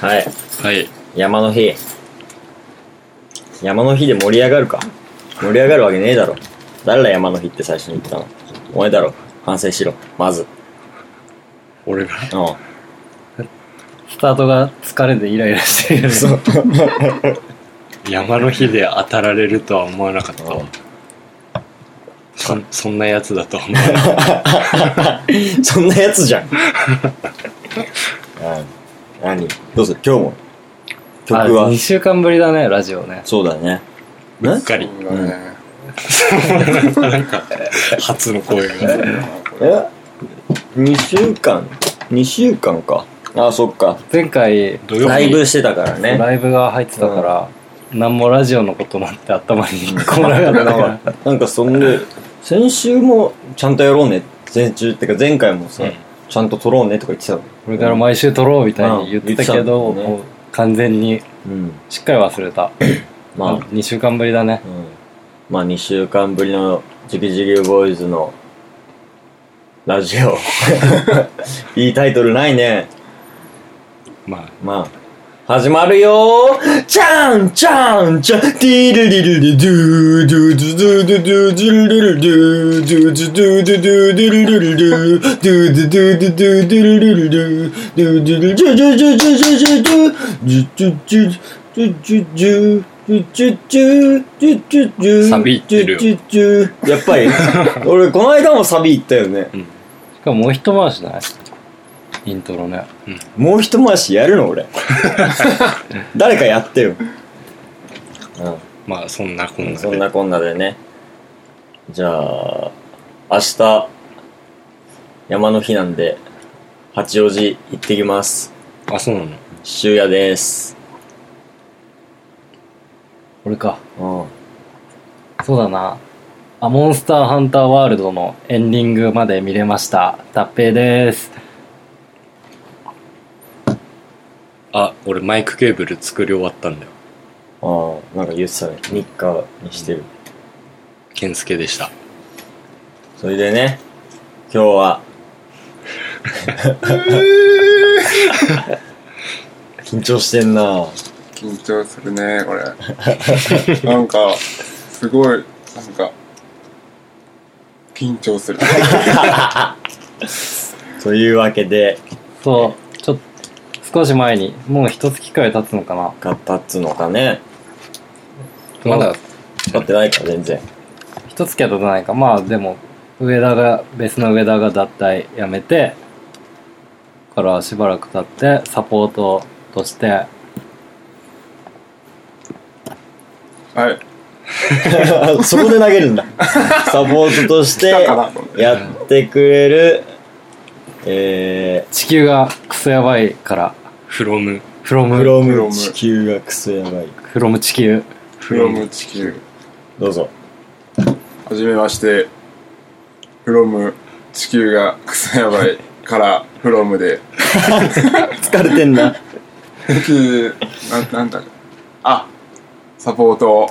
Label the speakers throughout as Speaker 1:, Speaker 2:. Speaker 1: はい。
Speaker 2: はい。
Speaker 1: 山の日。山の日で盛り上がるか。盛り上がるわけねえだろ。誰だ山の日って最初に言ったの。お前だろ。反省しろ。まず。
Speaker 2: 俺が。
Speaker 1: う
Speaker 3: スタートが疲れてイライラしてるよ
Speaker 1: ん。
Speaker 3: ね
Speaker 1: そう。
Speaker 2: 山の日で当たられるとは思わなかったわ。そそんなやつだとは思わなかっ
Speaker 1: そんな や つじゃん。うん何どうする今日も。曲
Speaker 3: あ
Speaker 1: は
Speaker 3: 2。週間ぶりだねラジオね
Speaker 1: そうだね。
Speaker 2: た。うっ かり。
Speaker 1: ん
Speaker 2: なんか、初の声が。
Speaker 1: え ?2 週間 ?2 週間か。あ、そっか。
Speaker 3: 前回
Speaker 2: 土曜
Speaker 1: ライ
Speaker 2: 日
Speaker 1: ブ
Speaker 2: に
Speaker 1: してたからね。
Speaker 3: ライブが入ってたから、何もラジオのことなんて頭に 一個もなかったから
Speaker 1: なんかそんで、先週もちゃんとやろうね。先週ってか前回もさ、
Speaker 2: うん
Speaker 1: ちゃんと撮ろうねとか言ってたの。
Speaker 3: これから毎週撮ろうみたいに言ってたけど、
Speaker 1: うん言ってたんだよね
Speaker 3: もう完全に
Speaker 1: うん。
Speaker 3: しっかり忘れた、
Speaker 1: まあ、うん。
Speaker 3: 2週間ぶりだね
Speaker 1: まあ2週間ぶりのジキジキボーイズのラジオ。いいタイトルないね。
Speaker 2: まあ、
Speaker 1: まあ、始まるよーじゃんじゃんじゃんディルリルリドゥドゥドゥドゥドゥドゥルルルドゥドゥドゥドゥドゥドゥルルルルドゥドゥドゥドゥドゥドゥルルルルドゥドゥドゥドゥドゥドゥドゥドゥドゥドゥ
Speaker 2: サビいってるよ
Speaker 1: やっぱり俺この間もサビいったよね
Speaker 3: しかももう一回しないイントロね
Speaker 1: もう一回しやる の俺誰かやってよ、
Speaker 2: まあ、そんなこん
Speaker 1: う、
Speaker 2: なんで。
Speaker 1: そんなこんなでねじゃあ明日山の日なんで八王子行ってきます
Speaker 2: あ、そうなの
Speaker 1: 終夜です
Speaker 3: 俺か
Speaker 1: うん
Speaker 3: そうだなあモンスターハンターワールドのエンディングまで見れました達平です
Speaker 2: あ、俺マイクケーブル作り終わったんだよ。
Speaker 1: ああなんか言ってたね日課にしてる
Speaker 2: 健介でした。
Speaker 1: それでね今日 は緊張してんな
Speaker 4: 緊張するねこれ なんかすごいなんか緊張する
Speaker 1: というわけで
Speaker 3: そうちょっと少し前にもう一月くらい経つのかな
Speaker 1: が立つのかね
Speaker 2: まだ、
Speaker 1: 立ってないから全然
Speaker 3: 一月は経たないかまあでも上田が別の上田が脱退やめてからしばらく経ってサポートとして
Speaker 4: はい
Speaker 1: そこで投げるんだ。サポートとして
Speaker 4: 来たかなと思って
Speaker 1: やってくれる、え
Speaker 3: 地球がクソやばいから
Speaker 2: フロム、
Speaker 3: フロ
Speaker 1: ー、
Speaker 3: ム
Speaker 1: フロム
Speaker 4: From
Speaker 1: 地球がクソやばい。
Speaker 3: フロム地球
Speaker 4: フロム地球
Speaker 1: どうぞ。
Speaker 4: はじめましてフロム地球がクソやばいからフロムで
Speaker 1: 疲れてんな。
Speaker 4: 地球ななんだあサポートを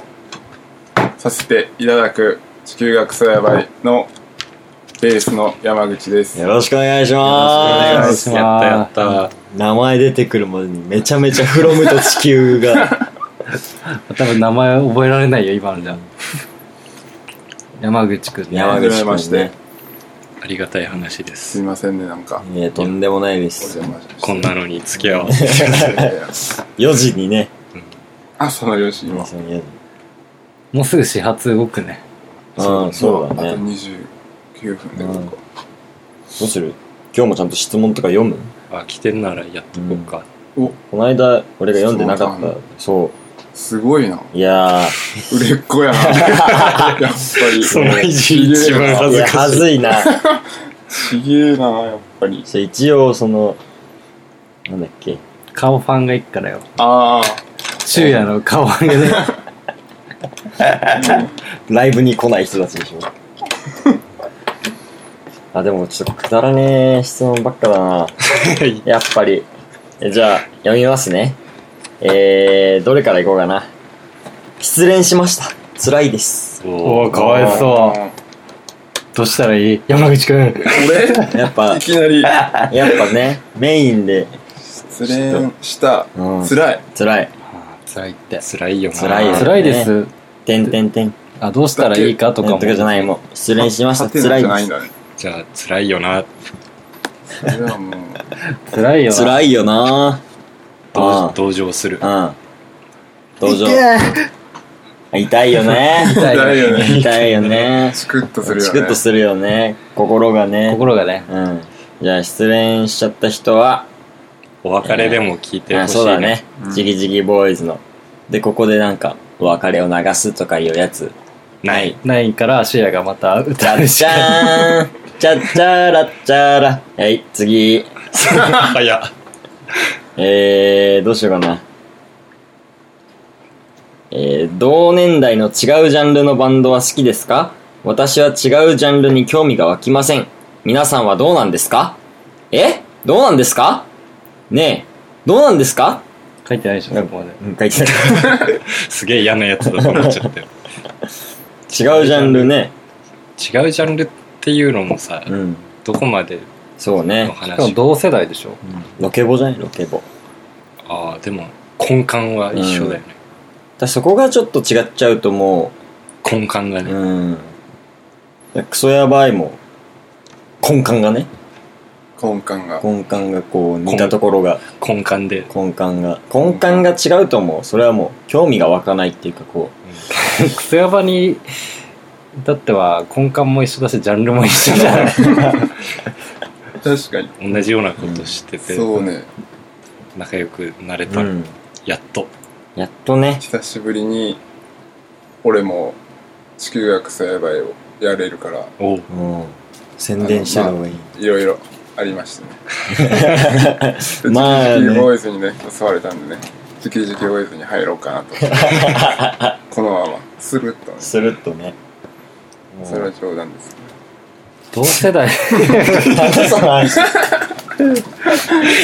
Speaker 4: させていただく地球がクソやばいのベースの山口です
Speaker 1: よろしくお願いし
Speaker 4: よ
Speaker 1: ま
Speaker 4: ろ
Speaker 1: す。
Speaker 3: しくお願いし
Speaker 2: やったやった。
Speaker 1: 名前出てくるまでにめちゃめちゃフロムと地球が。
Speaker 3: 多分名前覚えられないよ今 のじゃ山口くんね
Speaker 1: 山口
Speaker 4: は
Speaker 1: 君
Speaker 4: じめま
Speaker 1: ね
Speaker 4: し。
Speaker 2: ありがたい話ですす。
Speaker 4: いませんねなんか
Speaker 1: いや、とんでもないで
Speaker 4: お
Speaker 1: す
Speaker 4: 邪。魔しました
Speaker 2: こんなのに付き合おう。
Speaker 4: いやいや
Speaker 1: 4時にね。
Speaker 4: 朝の4時にも
Speaker 1: その4時
Speaker 3: もうすぐ始発動くね
Speaker 1: うん、そうだ
Speaker 4: あと
Speaker 1: ね。
Speaker 4: 29分で
Speaker 1: うん
Speaker 4: ここ
Speaker 1: どうする今日もちゃんと質問とか読む
Speaker 2: あ、来てんならやっとこうか。
Speaker 1: この間、俺が読んでなかっ
Speaker 4: そう
Speaker 1: た
Speaker 4: な。
Speaker 1: そ
Speaker 4: すごいな
Speaker 1: う。いやー。
Speaker 4: 売れっ子 やなやっぱり
Speaker 2: その意地一番恥
Speaker 1: い
Speaker 2: ず
Speaker 1: や、
Speaker 2: かしい
Speaker 1: はずいな。
Speaker 4: ちげえなやっぱり
Speaker 1: そう一応、その、なんだっけ。
Speaker 3: 顔ファンがいっからよ
Speaker 4: あ
Speaker 3: 昼夜の顔ファン がね
Speaker 1: ライブに来ない人たちでしょ。あ、でもちょっとくだらねえ質問ばっかだな。やっぱり。えじゃあ、読みますね。えー、どれからいこうかな。失恋しました。辛いです。
Speaker 3: お
Speaker 2: お
Speaker 3: お
Speaker 2: ー
Speaker 3: かわい
Speaker 4: あ
Speaker 3: そう
Speaker 4: うん
Speaker 3: どうしたらいい山口くん
Speaker 4: 俺
Speaker 1: やっぱ
Speaker 4: い、きなり
Speaker 1: やっぱね、メインで
Speaker 4: 失恋した。
Speaker 1: うん
Speaker 4: 辛い。
Speaker 1: 辛い。
Speaker 3: 辛いって。
Speaker 2: 辛いよな
Speaker 1: 辛いよ
Speaker 3: 辛いです。
Speaker 1: てんてんてん。
Speaker 3: あ、どうしたらいいかとかも。
Speaker 1: とかじゃない、もう。失恋しました。
Speaker 4: ハテナ
Speaker 1: 辛い
Speaker 4: じゃないん
Speaker 1: で
Speaker 4: だね。
Speaker 2: じゃあ辛いよな
Speaker 4: それはもう、
Speaker 3: 辛いよ
Speaker 1: す。
Speaker 3: な。
Speaker 1: 辛いよな
Speaker 2: 同
Speaker 1: あ
Speaker 2: 同情する
Speaker 1: うん。同情。痛いよね。
Speaker 3: 痛い
Speaker 4: 辛いよね。
Speaker 1: 痛いよね。
Speaker 4: チクッとするよ
Speaker 1: チ
Speaker 4: ね。
Speaker 1: クッとするよね。心がね。
Speaker 3: 心がね。
Speaker 1: うん。じゃあ、失恋しちゃった人は、
Speaker 2: お別れでも聞いてほ
Speaker 1: あ
Speaker 2: しい、ね
Speaker 1: そうだね
Speaker 4: う。ん
Speaker 1: ジギジギボーイズの。で、ここでなんか、お別れを流すとかいうやつ。
Speaker 2: ない。
Speaker 3: ないからシアがまた
Speaker 1: じゃ
Speaker 3: 歌
Speaker 1: っ
Speaker 3: うし
Speaker 1: ち。ゃーん。じゃっちゃらっちゃら。はい、次。
Speaker 2: 早っ
Speaker 1: えー、どうしようかな。えー、同年代の違うジャンルのバンドは好きですか私は違うジャンルに興味が湧きません。皆さんはどうなんですかえどうなんですかねえ、どうなんですか
Speaker 3: 書いてないでしょ、そこまで。
Speaker 1: 書いてある
Speaker 2: すげえ嫌なやつだと思っちゃったよ
Speaker 1: 違うジャンルね。
Speaker 2: 違うジャンルっていうのもさ、
Speaker 1: うん。
Speaker 2: どこまで
Speaker 1: そう
Speaker 2: の
Speaker 1: ね。
Speaker 3: しかも
Speaker 2: 話
Speaker 3: 同世代でしょ。
Speaker 1: ロケボじゃないロケボ。
Speaker 2: ああでも根幹は一緒だよね、
Speaker 1: だそこがちょっと違っちゃうとも
Speaker 2: 根幹が
Speaker 1: う、
Speaker 2: ね、
Speaker 1: うん。だクソやばいも、根幹がね、
Speaker 4: 根幹が。
Speaker 1: 根幹がこう似たところが。
Speaker 2: 根幹で
Speaker 1: 根幹が根幹が違うと思うそれはもう興味が湧かないっていうかこ
Speaker 3: クソヤバに、だっては根幹も一緒だし、ジャンルも一緒じゃ ん。
Speaker 4: 確かに。
Speaker 2: 同じようなことしてて、
Speaker 4: そうね。
Speaker 2: 仲良くなれ
Speaker 1: う、
Speaker 2: た、やっと
Speaker 1: やっとね
Speaker 4: 久しぶりに、俺も、地球学栽培をやれるから、
Speaker 2: おう
Speaker 1: もう宣伝した方がいい、
Speaker 4: いろいろありましたね。
Speaker 1: まあね
Speaker 4: ジキジキボーイズにね、襲われたんでね、ジキジキボーイズに入ろうかなと。このまま、スルッとね。
Speaker 1: するっとねもう
Speaker 4: それは冗談です。
Speaker 3: 同世代。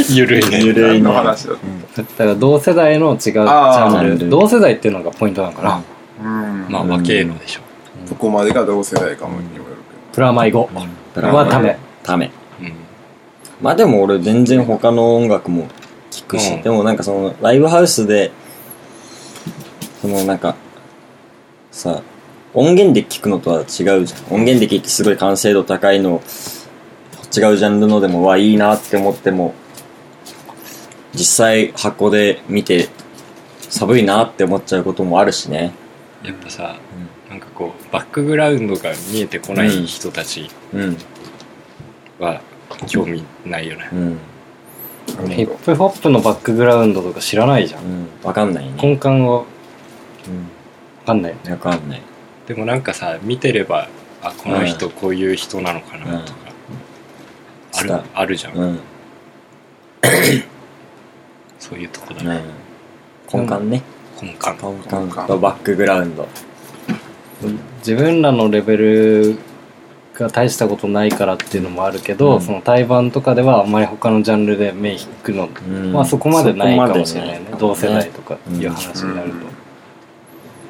Speaker 2: ゆるいね
Speaker 1: ゆるい
Speaker 4: 何の
Speaker 1: ね
Speaker 4: 話だっ
Speaker 3: だから同世代の違うジ
Speaker 4: あ
Speaker 1: ー
Speaker 3: ャンル。同世代っていうのがポイントなのかな。
Speaker 4: た。うん。
Speaker 2: まあ若えのでしょ
Speaker 4: そこまでが同世代かもにもよる
Speaker 3: プラマイ語
Speaker 1: プラマイ
Speaker 3: は
Speaker 1: 語
Speaker 3: ダメ。
Speaker 1: ため
Speaker 2: うん、
Speaker 1: まあでも俺全然他の音楽も聞くし、
Speaker 2: うん
Speaker 1: でもなんかそのライブハウスでそのなんかさ音源で聞くのとは違うじゃん音源で聞いてすごい完成度高いの違うジャンルのでもわいいなって思っても実際箱で見て寒いなって思っちゃうこともあるしね
Speaker 2: やっぱさ、なんかこうバックグラウンドが見えてこない人たち
Speaker 1: うん
Speaker 2: は興味ないよね、
Speaker 1: うん
Speaker 4: けど。
Speaker 3: ヒップホップのバックグラウンドとか知らないじゃん
Speaker 1: う。んわかんないね
Speaker 3: 根幹
Speaker 1: う
Speaker 3: をわかんないよね。
Speaker 1: んわかんない
Speaker 2: でもなんかさ見てればあこの人こういう人なのかなとか、ある
Speaker 1: うん
Speaker 2: あるじゃん、
Speaker 1: うん
Speaker 2: そういうとこだ
Speaker 1: うん
Speaker 2: ね、
Speaker 1: 根幹ね
Speaker 2: 根幹
Speaker 1: カンカンとバックグラウンド。
Speaker 3: 自分らのレベルが大したことないからっていうのもあるけど、
Speaker 1: うん
Speaker 3: その対バンとかではあんまり他のジャンルで目引くの、
Speaker 1: うん
Speaker 3: まあそこまでないかもしれないね
Speaker 1: そこまでないかもね
Speaker 3: 同世代とかっていう話になると、
Speaker 4: うん
Speaker 1: は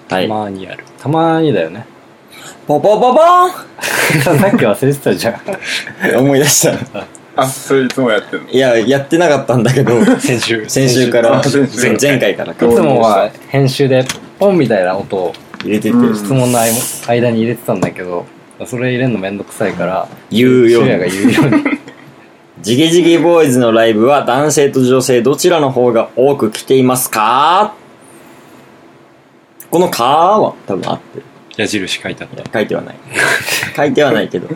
Speaker 2: た
Speaker 1: い。
Speaker 2: まにある
Speaker 3: たまにだよ ね
Speaker 1: ポポポポ
Speaker 3: さっき忘れてたじゃん
Speaker 1: ーン思い出した。
Speaker 4: あ、それいつもやってるの
Speaker 1: いや、やってなかったんだけど、
Speaker 2: 先週
Speaker 1: 先週から、
Speaker 4: あ先週
Speaker 1: 前前回からか。
Speaker 3: いつも
Speaker 1: 入
Speaker 3: は編集でポンみたいな音を
Speaker 1: れてて、
Speaker 4: うん
Speaker 3: 質問の合い間に入れてたんだけどそれ入れるのめんどくさいから
Speaker 1: 言うよう
Speaker 3: シュウヤが
Speaker 1: に。
Speaker 3: 言うように
Speaker 1: ジゲジゲボーイズのライブは男性と女性どちらの方が多く来ていますかこのかーは多分合ってる。
Speaker 2: 矢印書いてあった
Speaker 1: 書いてはない。書いてはないけど。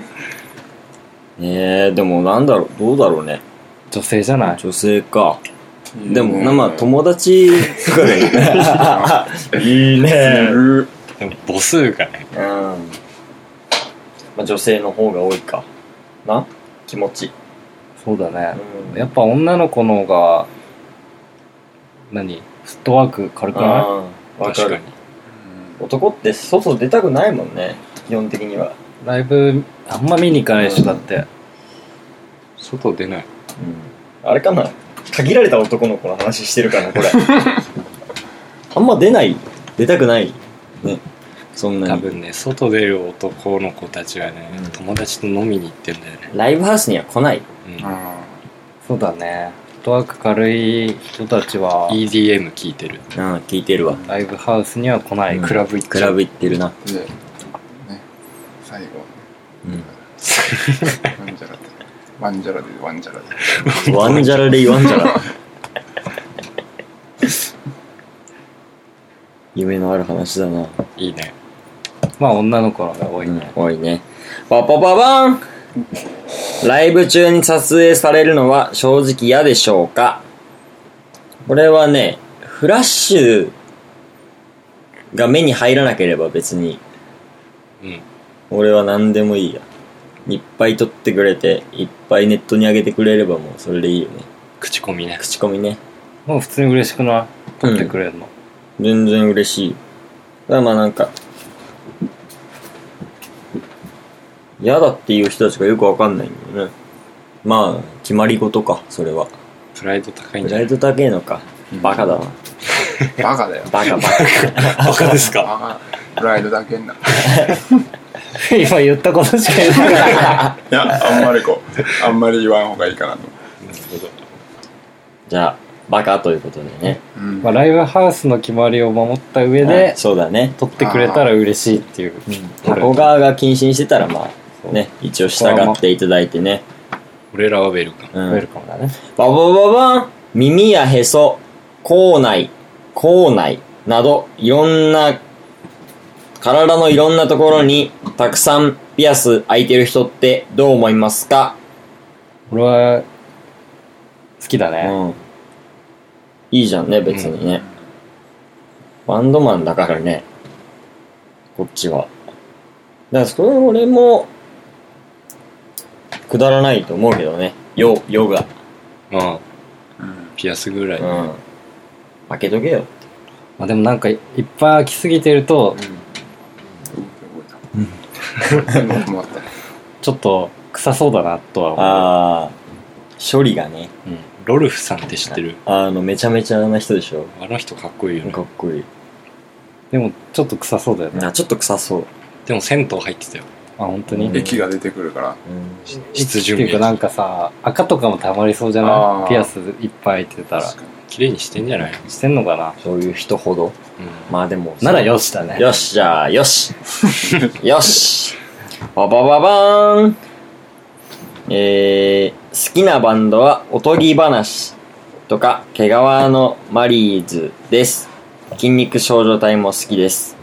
Speaker 1: えー、でもなんだろう、どうだろうね。
Speaker 3: 女性じゃない
Speaker 1: 女性か。でも、なまあ、
Speaker 4: も
Speaker 1: 友達とかで。 いいね
Speaker 4: うん。
Speaker 2: でも母数がね
Speaker 1: うん。まあ、女性の方が多いか。な気持ち。
Speaker 3: そうだね、
Speaker 1: うん
Speaker 3: やっぱ女の子の方が何フットワーク軽くな
Speaker 1: あーわか
Speaker 2: 確か
Speaker 1: る
Speaker 2: に。
Speaker 1: 男って外出たくないもんね。基本的には。
Speaker 3: いライブあんま見に行かないでしょ、
Speaker 1: うん
Speaker 3: だって
Speaker 2: 外出ない
Speaker 1: あれかな限られた男の子の話してるかな、これ。あんま出ない。出たくない。ね。そんな
Speaker 2: 多
Speaker 1: に。
Speaker 2: 分ね外出る男の子たちはね、
Speaker 1: うん
Speaker 2: 友達と飲みに行ってんだよね、
Speaker 1: ライブハウスには来ない。
Speaker 2: うん
Speaker 4: あ
Speaker 3: そうだねトワーク軽い人たちは
Speaker 2: EDM 聞いて
Speaker 1: う
Speaker 2: る
Speaker 1: ん、聞いてるわ。
Speaker 3: ライブハウスには来ない、
Speaker 1: うん
Speaker 2: クラブ行っ
Speaker 1: ク
Speaker 2: ちゃ
Speaker 1: ラ
Speaker 2: う
Speaker 1: ブ行ってるな。
Speaker 4: で、ね、最後、
Speaker 1: うん。
Speaker 4: ワンジャラで、ワンジャラで、ワンジャラで。
Speaker 1: ワンジャラで言わんじゃら。夢のある話だな。
Speaker 2: いいね
Speaker 3: まあ女の子の方が多い
Speaker 1: うん
Speaker 3: ね、、
Speaker 1: 多いね。パパパパンライブ中に撮影されるのは正直嫌でしょうかこれはね、フラッシュが目に入らなければ別に
Speaker 2: うん
Speaker 1: 俺は何でもいいや。いっぱい撮ってくれて、いっぱいネットに上げてくれればもうそれでいいよね。
Speaker 2: 口コミね
Speaker 1: 口コミね。
Speaker 3: もう普通に嬉しくない撮ってくれるの、
Speaker 1: 全然嬉しい。ただまあなんか、嫌だっていう人たちがよくわかんないんだよね。まあ、決まり事か、それは。
Speaker 2: プライド高いん
Speaker 1: プ
Speaker 2: じゃ
Speaker 1: ラ
Speaker 2: な
Speaker 1: イ
Speaker 2: い
Speaker 1: ド高えのか。バカだな。
Speaker 4: バカだよ。
Speaker 1: バカバ カ。
Speaker 2: バカで すか
Speaker 4: バカ。プライドだけんな。い
Speaker 3: 今言ったことしか言ってなかった
Speaker 4: や、あんまりこう、あんまり言わん方がいいかなと。
Speaker 2: なるほど
Speaker 1: じゃあ、バカということでね。
Speaker 4: うん
Speaker 3: まあ、ライブハウスの決まりを守った
Speaker 1: で、
Speaker 3: 上で
Speaker 1: そうだね。
Speaker 3: 撮ってくれたら嬉しいっていう、
Speaker 1: タコ側が禁止にしてたらまあ、ね、一応従っていただいてね。
Speaker 2: 俺らはウェルカ
Speaker 1: う
Speaker 2: ム
Speaker 3: ウ
Speaker 1: ん。
Speaker 3: ェルカムだね
Speaker 1: ババババン耳やへそ、口内、口内など、いろんな、体のいろんなところに、たくさんピアス開いてる人ってどう思いますか
Speaker 3: 俺は好きだ
Speaker 1: う
Speaker 3: ね、
Speaker 1: ん。いいじゃんね、別にね。バンドマンだからね。こっちは。だから、それ俺も、くだらないと思うけどね。よ、ヨガ。
Speaker 2: まあ
Speaker 4: うん
Speaker 2: ピアスぐらい、
Speaker 1: うん。開けとけよ。
Speaker 3: まあ、でもなんかいっぱい飽きすぎてると
Speaker 4: 全部困った。
Speaker 3: ちょっと臭そうだなとは思う
Speaker 1: ああ、処理がね、
Speaker 2: うん、ロルフさんって知ってる
Speaker 1: あの、めちゃめちゃな人でしょ。
Speaker 2: あの人かっこいいよね
Speaker 1: かっこいい。
Speaker 3: でもちょっと臭そうだよね、
Speaker 1: あ、ちょっと臭そう。
Speaker 2: でも銭湯入ってたよ
Speaker 3: あ本当に、
Speaker 1: うん
Speaker 4: 液が出てくるから。
Speaker 1: うん。
Speaker 2: 湿
Speaker 3: って
Speaker 2: 潤
Speaker 3: いうかなん
Speaker 2: 液
Speaker 3: かさ赤とかもたまりそうじゃ
Speaker 4: あ
Speaker 3: な
Speaker 4: ー
Speaker 3: いピアスいっぱい開いてたら
Speaker 4: 確かに
Speaker 2: 綺麗にしてんじゃない、
Speaker 3: してんのかな
Speaker 1: そういう人ほど。
Speaker 2: うん
Speaker 1: まあでも、
Speaker 3: ならよしだね
Speaker 1: よし、じゃあ、よ し。よし。ババババーン。えー、好きなバンドは、おとぎ話とか、毛皮のマリーズです。筋肉少女隊も好きです。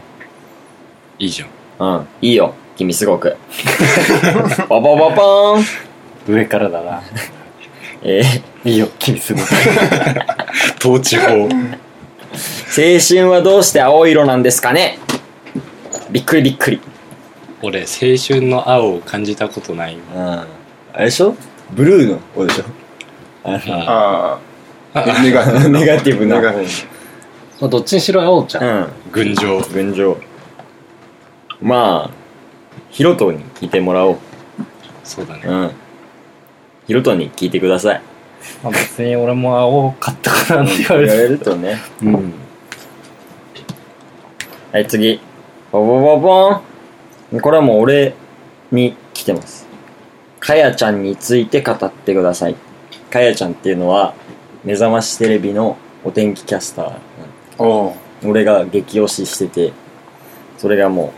Speaker 2: いいじゃん
Speaker 1: うん、いいよ。君すご く。ババババーン。
Speaker 3: 上からだ な
Speaker 1: えー、
Speaker 3: いいよ君すごい
Speaker 2: 統治法
Speaker 1: 青春はどうして青色なんですかねびっくりびっくり。
Speaker 2: 俺青春の青を感じたことない
Speaker 1: うん。あれでしょブルーの方でしょあ
Speaker 2: あ
Speaker 4: ああ、ネガティブ
Speaker 1: の
Speaker 4: な。
Speaker 1: ネガティブな
Speaker 4: ネガ
Speaker 1: 方。
Speaker 4: ティ
Speaker 3: まあどっちにしろ青ちゃん、
Speaker 1: うん。
Speaker 2: 群青
Speaker 1: 群青。まあ、ヒロトに聞いてもらおう。
Speaker 2: そうだね
Speaker 1: うん。ヒロトに聞いてください。
Speaker 3: まあ、別に俺も青かったかなって言われ
Speaker 1: 言われ
Speaker 3: る
Speaker 1: るとね。
Speaker 3: うん
Speaker 1: はい、次。ボボボボン。これはもう俺に来てます。かやちゃんについて語ってください。かやちゃんっていうのは、目覚ましテレビのお天気キャスターなん
Speaker 4: ブ。おう
Speaker 1: 俺が激推ししてて、それがもう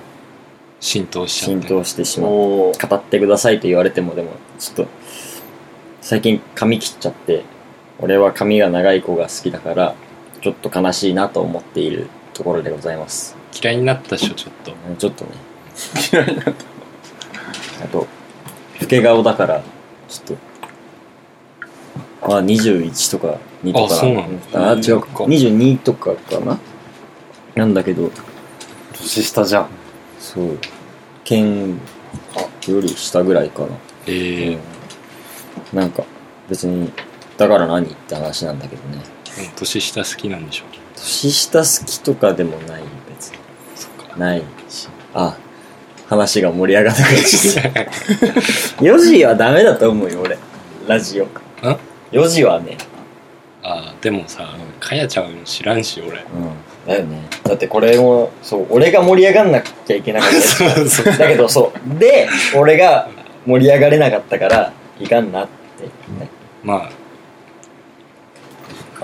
Speaker 2: 浸透しちゃっ
Speaker 1: 浸
Speaker 2: て
Speaker 1: 透してしまう。
Speaker 4: おう
Speaker 1: 語ってくださいと言われても、でも、ちょっと、最近髪切っちゃって、俺は髪が長い子が好きだから、ちょっと悲しいなと思っているところでございます。
Speaker 2: 嫌いになったっしょちょっと
Speaker 1: ちょっとね。嫌いになった。あと、老け顔だから、ちょっと、まあ21とか2とか。
Speaker 2: あそうなの
Speaker 1: あ、違うか。22とかかななんだけど、
Speaker 3: 年下じゃん
Speaker 1: そう、県より下ぐらいかな。
Speaker 2: ええ
Speaker 1: うんなんか、別に、だから何って話なんだけどね。
Speaker 2: でも年下好きなんで しょ
Speaker 1: 年下好きとかでもない、別に。
Speaker 2: そっか
Speaker 1: ないし。あ、話が盛り上がらなくなっ ちゃった。4時はダメだと思うよ、俺。ラジオ。
Speaker 2: あ
Speaker 1: ?4 時はね。
Speaker 2: あーでもさかやちゃん知らんし俺
Speaker 1: うん。だよね。だってこれも、そう、俺が盛り上がんなきゃいけなかったし
Speaker 2: そうそう
Speaker 1: だけどそう。で、俺が盛り上がれなかったから、いかんなって、ね。
Speaker 2: まあ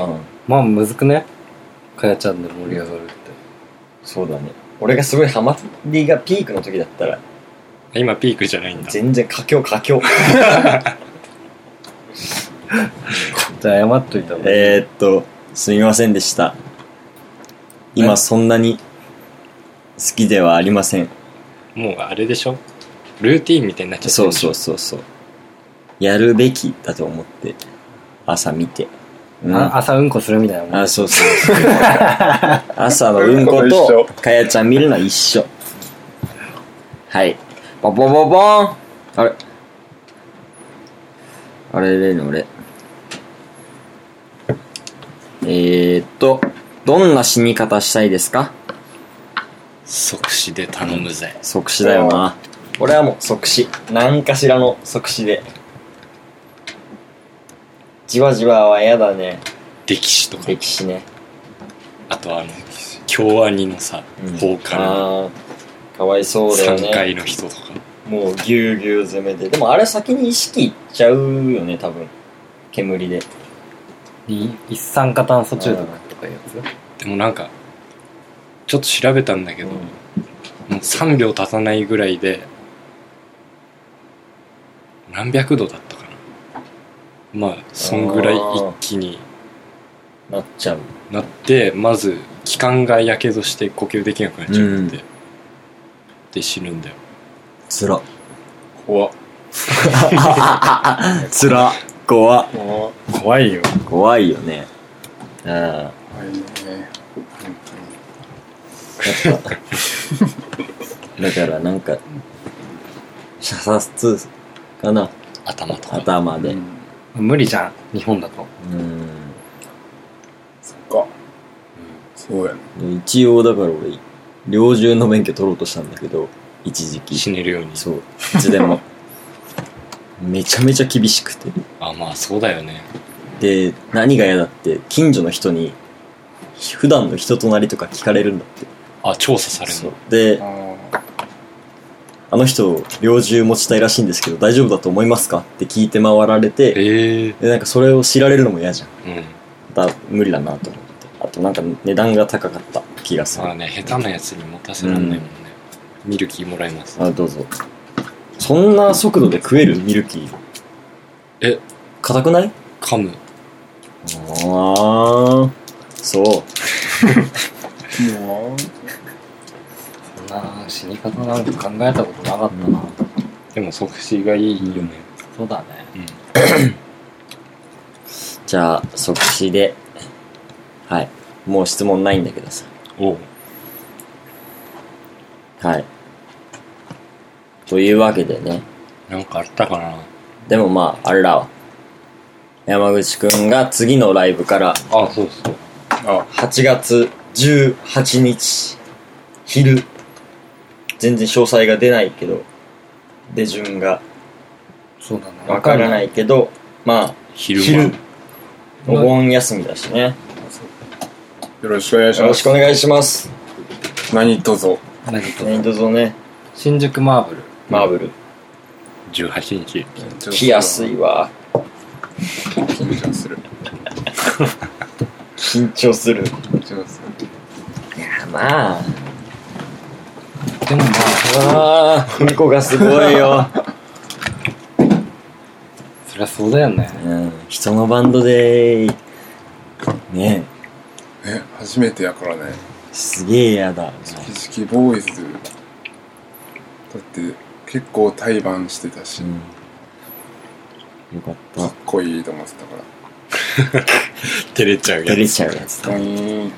Speaker 1: うん
Speaker 3: まあ、むずくねかやちゃんで盛り上がるって。
Speaker 1: そうだね俺がすごいハマりがピークの時だったら
Speaker 2: 今ピークじゃないんだ。
Speaker 1: 全然佳境佳境
Speaker 3: じゃあ謝っといた方がいい。
Speaker 1: えーっとすみませんでした今
Speaker 3: え
Speaker 1: そんなに好きではありません
Speaker 2: もうあれでしょルーティーンみたいになっちゃって
Speaker 1: そ
Speaker 2: る
Speaker 1: う
Speaker 2: でし
Speaker 1: そ
Speaker 2: ょ
Speaker 1: うそうそうやるべきだと思って朝見て、うん、
Speaker 3: あ朝うんこするみたいなもん。
Speaker 1: あ、そう そうそう。朝のうんこ、
Speaker 4: うんこと
Speaker 1: かやちゃん見るのは一緒。はい。ボボボボーンあれあれれのれ。えー、っと、どんな死に方したいですか
Speaker 2: 即死で頼むぜ。
Speaker 1: 即死だよな。俺はもう即死。何かしらの即死で。じわじわは嫌だね。
Speaker 2: 歴史とか。
Speaker 1: 歴史ね。
Speaker 2: あとあの、京アニのさ、放火の
Speaker 1: あーかわいそうだよね。
Speaker 2: 3階の人とか。
Speaker 1: もうぎゅうぎゅう詰めででもあれ先に意識いっちゃうよね多分煙で
Speaker 3: に一酸化炭素中毒とかいうや
Speaker 2: でもなんか、ちょっと調べたんだけど、
Speaker 1: うん
Speaker 2: もう3秒経たないぐらいで、何百度だったかな。まあ、そんぐらい一気に
Speaker 1: なっちゃう
Speaker 2: なって、まず、気管がやけどして呼吸できなくなっちゃうって、
Speaker 1: う
Speaker 2: で死ぬんだよ。
Speaker 1: つら
Speaker 4: 怖っ
Speaker 1: つら怖
Speaker 4: 怖っ
Speaker 3: つ。怖いよ。
Speaker 1: 怖いよねうんや
Speaker 4: 怖いね本
Speaker 1: っ ぱだからなんか射殺かな
Speaker 2: 頭とか。
Speaker 1: 頭
Speaker 4: 当
Speaker 1: で
Speaker 4: に
Speaker 1: うん
Speaker 3: 無理じゃん、日本だと。
Speaker 4: そっかそうやね
Speaker 1: 一応だから俺猟銃の免許取ろうとしたんだけど一時期
Speaker 2: 死ねるように。
Speaker 1: そういつで もめちゃめちゃ厳しくて
Speaker 2: あ、まあそうだよね。
Speaker 1: で何が嫌だって近所の人に普段の人となりとか聞かれるんだって
Speaker 2: あ、調査される
Speaker 1: そう
Speaker 2: の。
Speaker 1: で
Speaker 4: ああ
Speaker 1: あの人猟銃持ちたいらしいんですけど大丈夫だと思いますかって聞いて回られて
Speaker 2: ええ
Speaker 1: でなんかそれを知られるのも嫌じゃん
Speaker 2: うん。
Speaker 1: また無理だなと思ってあとなんか値段が高かった気がする
Speaker 2: まあね、下手なやつに持たせらんないもんね。ミルキーもらいます。
Speaker 1: あどうぞそんな速度で食えるミルキー
Speaker 2: え
Speaker 1: 硬くない
Speaker 2: 噛む。
Speaker 1: ああそう
Speaker 4: もう
Speaker 3: そんな死に方なんか考えたことなかったな。
Speaker 2: でも即死がいいよね。
Speaker 3: そうだね。
Speaker 2: うん。
Speaker 1: じゃあ即死ではいもう質問ないんだけどさ
Speaker 2: おう
Speaker 1: はい。というわけでね。
Speaker 2: なんかあったかな
Speaker 1: でもまあ、あれらは。山口くんが次のライブから
Speaker 2: あ、そうそう。
Speaker 4: あ
Speaker 1: 8月18日、昼。全然詳細が出ないけど、出順が
Speaker 3: そうだね。。
Speaker 1: わからないいけど、まあ、
Speaker 2: 昼間。
Speaker 1: お盆休みだしね。
Speaker 4: よろしくお願いし
Speaker 1: よろ
Speaker 4: ま
Speaker 1: しくお
Speaker 4: す
Speaker 1: 願いします。
Speaker 4: 何とぞ
Speaker 3: 何と
Speaker 1: 何卒ね、
Speaker 3: 新宿マーブル。
Speaker 1: マーブル。
Speaker 2: 18日。
Speaker 1: 来やすいわ。
Speaker 4: 緊張する
Speaker 1: 緊張する。
Speaker 4: 緊張する
Speaker 1: いや、まあ。
Speaker 3: でもま
Speaker 1: ああ、うんこがすごいよ。
Speaker 3: あ、そりゃそうだよね。
Speaker 1: うん、人のバンドでね
Speaker 4: え初めてやからね
Speaker 1: えすげえやだ
Speaker 4: チキチキボーイズだって結構対バンしてたし、
Speaker 1: うんよかっ
Speaker 4: かったこいいと思ってたから
Speaker 2: 照れちゃう
Speaker 1: 照
Speaker 2: や
Speaker 1: れ
Speaker 2: つ。
Speaker 1: ちゃうやつだ
Speaker 4: ドイーン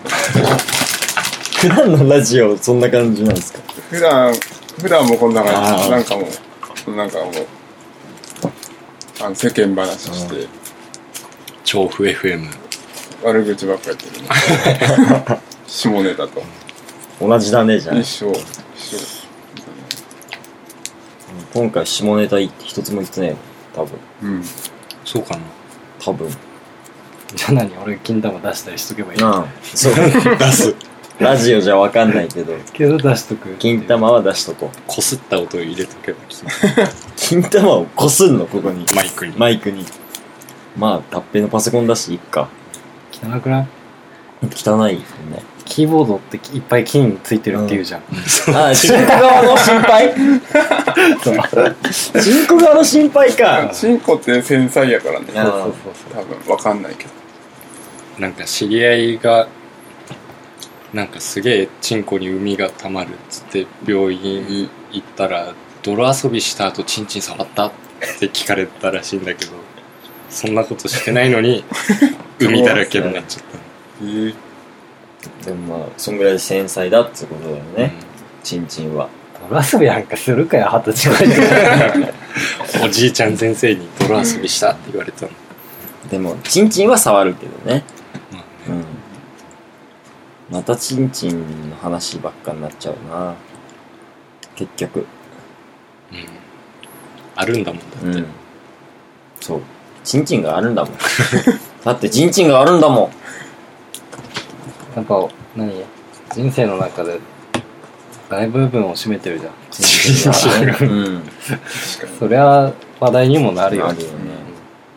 Speaker 1: 普段のラジオそんな感じなんですか
Speaker 4: 普段普段もこんな感
Speaker 1: あー
Speaker 4: じなんかもうなんかもうあの世間話して
Speaker 2: 調布 FM。
Speaker 4: 悪口ばっかやってるね下ネタと
Speaker 1: 同じだねじゃん
Speaker 4: 一緒一緒
Speaker 1: 今回下ネタいって一つも言ってないよ多分
Speaker 4: うん
Speaker 2: そうかな。
Speaker 1: 多分
Speaker 3: じゃあ何俺金玉出したりしとけばいい。
Speaker 1: なあそう
Speaker 2: 出す。
Speaker 1: ラジオじゃわかんないけど
Speaker 3: けど出しとく。
Speaker 1: 金。玉は出しとこう
Speaker 2: こすった音を入れとけばいい
Speaker 1: 金玉をこすんのここに
Speaker 2: マイクに。
Speaker 1: マイクにまあタッペのパソコンだしいっか
Speaker 3: 汚くない
Speaker 1: 汚いですもん ね。
Speaker 3: キーボードっていっぱい金ついてるっていうじゃん。
Speaker 1: あ、中古側の心配中古側の心配か。
Speaker 4: チンコって繊細やからね
Speaker 1: うん
Speaker 3: そうそうそう。
Speaker 4: 多分わかんないけど
Speaker 2: なんか知り合いがなんかすげえチンコに海がたまるっつって病院行ったら泥遊びした後チンチン触ったって聞かれたらしいんだけどそんなことしてないの に海だらけになっちゃっ
Speaker 4: へえ
Speaker 1: でもまあ、そんぐらい繊細だってことだよ
Speaker 2: た、
Speaker 1: ね。チンチンは。
Speaker 3: ドラスビなんかするかよ、二十歳 ぐらいで。
Speaker 2: うんおじいちゃん先生に泥遊びしたって言われたの、
Speaker 1: でも、チンチンは触るけどね。
Speaker 2: まあ
Speaker 1: う
Speaker 2: ね
Speaker 1: ん。またチンチンの話ばっかになっちゃうな。結局。
Speaker 2: うんあるんだもんだって、
Speaker 1: うん。そう。チンチンがあるんだもん。 だってチンチンがあるんだもん。
Speaker 3: なんか、何人生の中で大部分を占めてるじゃん。
Speaker 1: チンチンがある。うん。
Speaker 4: 確か
Speaker 3: そりゃ話題にもなるよ
Speaker 1: あ。るよね。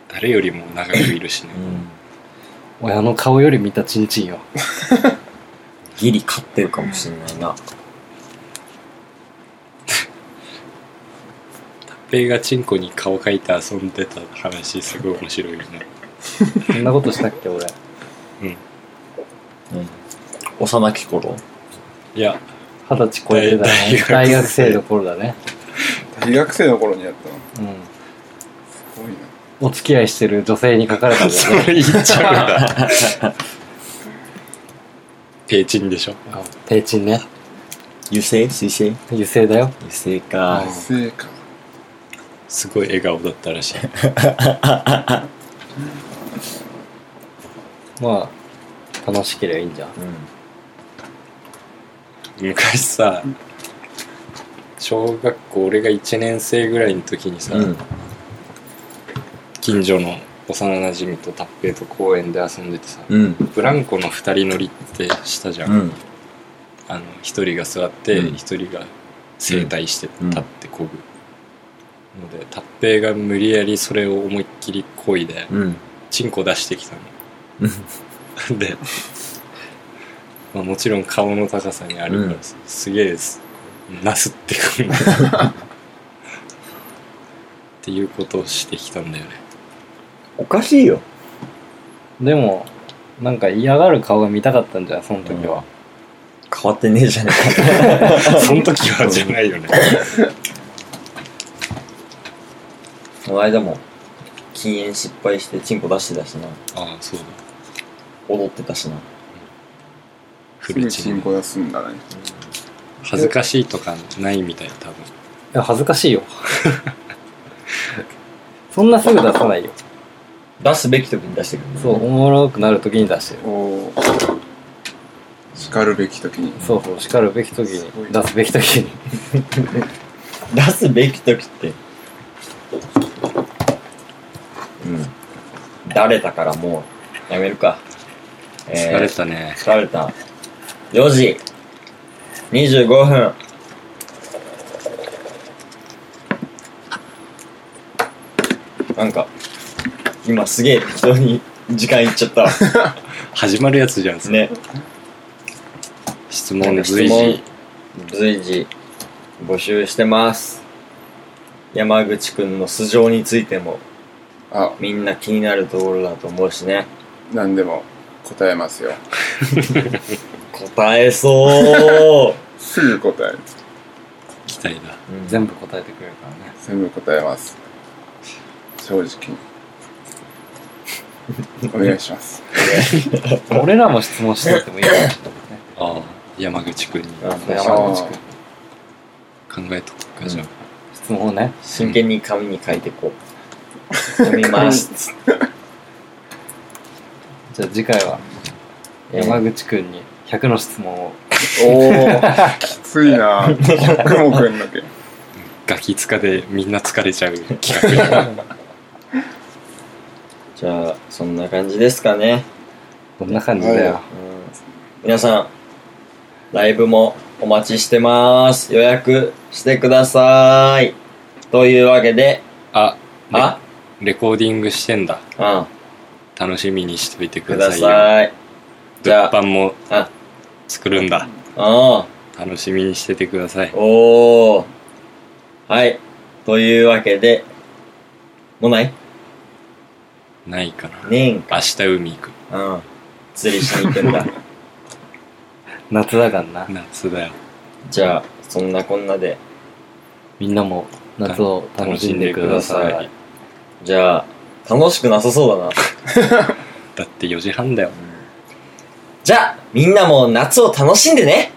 Speaker 2: 誰よりも長くいるしね
Speaker 1: う、ん。
Speaker 3: 親の顔より見たチンチンよ。
Speaker 1: ギリ勝ってるかもしんないな。
Speaker 2: ペイがチンコに顔描いて遊んでた話すごい面白いよね
Speaker 3: そんなことしたっけ、俺。
Speaker 1: うん。幼き頃
Speaker 2: いや
Speaker 3: 二十歳超えてたね。
Speaker 2: 大
Speaker 3: 大
Speaker 2: 学
Speaker 3: 学
Speaker 2: 生
Speaker 3: 生の頃だね。
Speaker 4: に大学生の頃にやったの
Speaker 3: う。
Speaker 4: すごいなん
Speaker 3: お付き合いしてる女性に書かれたんだ
Speaker 2: そ
Speaker 3: よね。
Speaker 2: れ言っちゃうん だペイチンでしょ
Speaker 3: あペイチンね。
Speaker 1: 油性水性
Speaker 3: 油性だよ。
Speaker 1: 油性か
Speaker 4: 学。生か
Speaker 2: すごい笑顔だったらしい
Speaker 3: まあ、楽しければいいんじゃん。
Speaker 1: う
Speaker 2: 昔さ小学校俺が1年生ぐらいの時にさ、
Speaker 1: ん。うん。
Speaker 2: 近所の幼なじみと達平と公園で遊んでてさ、
Speaker 1: うん。
Speaker 2: ブランコの2人乗りってしたじゃん、
Speaker 1: うん。
Speaker 2: あの1人が座って
Speaker 1: うん
Speaker 2: 1人が整体して
Speaker 1: うん
Speaker 2: 立ってこぐ、ので達平が無理やりそれを思いっきりこいで
Speaker 1: うん。
Speaker 2: チンコ出してきた
Speaker 1: うん
Speaker 2: ので、まあ、もちろん顔の高さにあるからす,、げえですなすってくるっていうことをしてきたんだよね
Speaker 1: おかしいよ。
Speaker 3: でも、なんか嫌がる顔が見たかったんじゃん、その時は。
Speaker 1: 変わってねえじゃねえか。
Speaker 2: その時はじゃないよね
Speaker 1: この間も、禁煙失敗してチンコ出してたしな。
Speaker 2: ああそうだ
Speaker 1: 踊ってたしな。
Speaker 2: フ
Speaker 4: す
Speaker 2: ル
Speaker 4: ぐ
Speaker 2: チ
Speaker 4: チ
Speaker 2: ン
Speaker 4: ンコ出すんだね
Speaker 2: 恥ずかしいとかないみたい多分
Speaker 3: いや、恥ずかしいよ。 そんなすぐ出さないよ。
Speaker 1: 出すべき時に出してくる、
Speaker 3: そう、おもろくなる時に出してる。
Speaker 4: おおー叱るべき時に
Speaker 3: そうそう、叱るべき時
Speaker 4: すごい
Speaker 3: に、出すべき時に。
Speaker 1: 出すべき時って。うん。だれたからもう、やめるか。えー
Speaker 2: 疲れたね、
Speaker 1: 疲れた。4時25分。なんか、今すげえ適当に時間いっちゃったわ。
Speaker 2: 始まるやつじゃん、
Speaker 1: ね。
Speaker 2: 質問随時
Speaker 1: 随時募集してます。山口くんの素性についても
Speaker 4: あ
Speaker 1: みんな気になるところだと思うしね。
Speaker 4: 何でも答えますよ
Speaker 1: 答えそう、
Speaker 4: すぐ答える
Speaker 2: 期待だ
Speaker 1: 全
Speaker 3: 全部答えてくれるからね。
Speaker 4: 全部答えます正直にお願いします
Speaker 3: 俺らも質問してってもいいよね。
Speaker 2: ああ山口くんに
Speaker 1: 部あ
Speaker 3: 山
Speaker 4: あ
Speaker 3: 口
Speaker 4: ー
Speaker 2: 考えとくかじゃあ、
Speaker 3: 質問をね。
Speaker 1: 真剣に紙に書いてこう。読みます。
Speaker 3: じゃあ次回は、
Speaker 1: えー
Speaker 3: 山口くんに100の質問を。
Speaker 4: おーきついな百もくんだけ
Speaker 2: ガキ使でみんな疲れちゃう企画
Speaker 1: じゃあ、そんな感じですかね。
Speaker 3: こんな感じだよ。
Speaker 1: 皆さん、ライブもお待ちしてます。予約してください。というわけで、
Speaker 2: あ
Speaker 1: あ、
Speaker 2: レコーディングしてんだ
Speaker 1: うん。
Speaker 2: 楽しみにしておいてく
Speaker 1: く
Speaker 2: だ
Speaker 1: だ
Speaker 2: さいよ
Speaker 1: さい。じゃ
Speaker 2: 物
Speaker 1: あ、
Speaker 2: 販も
Speaker 1: あ、
Speaker 2: 作るんだ
Speaker 1: あ
Speaker 2: 楽しみにしててください
Speaker 1: ーおー。はい。というわけで、もうない
Speaker 2: ないかな
Speaker 1: ねえん
Speaker 2: 明
Speaker 1: か。
Speaker 2: 日海行く
Speaker 1: うん。釣りしに行くん だ。
Speaker 3: 夏だからな。
Speaker 2: 夏だよ
Speaker 1: じゃあ、そんなこんなで、
Speaker 3: みんなも夏を楽しんでください。
Speaker 1: じゃあ、楽しくなさそうだな。
Speaker 2: だって4時半だよ
Speaker 1: じゃあ、みんなも夏を楽しんでね。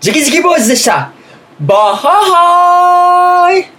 Speaker 1: ジキジキボーイズでした。バッハッハーイ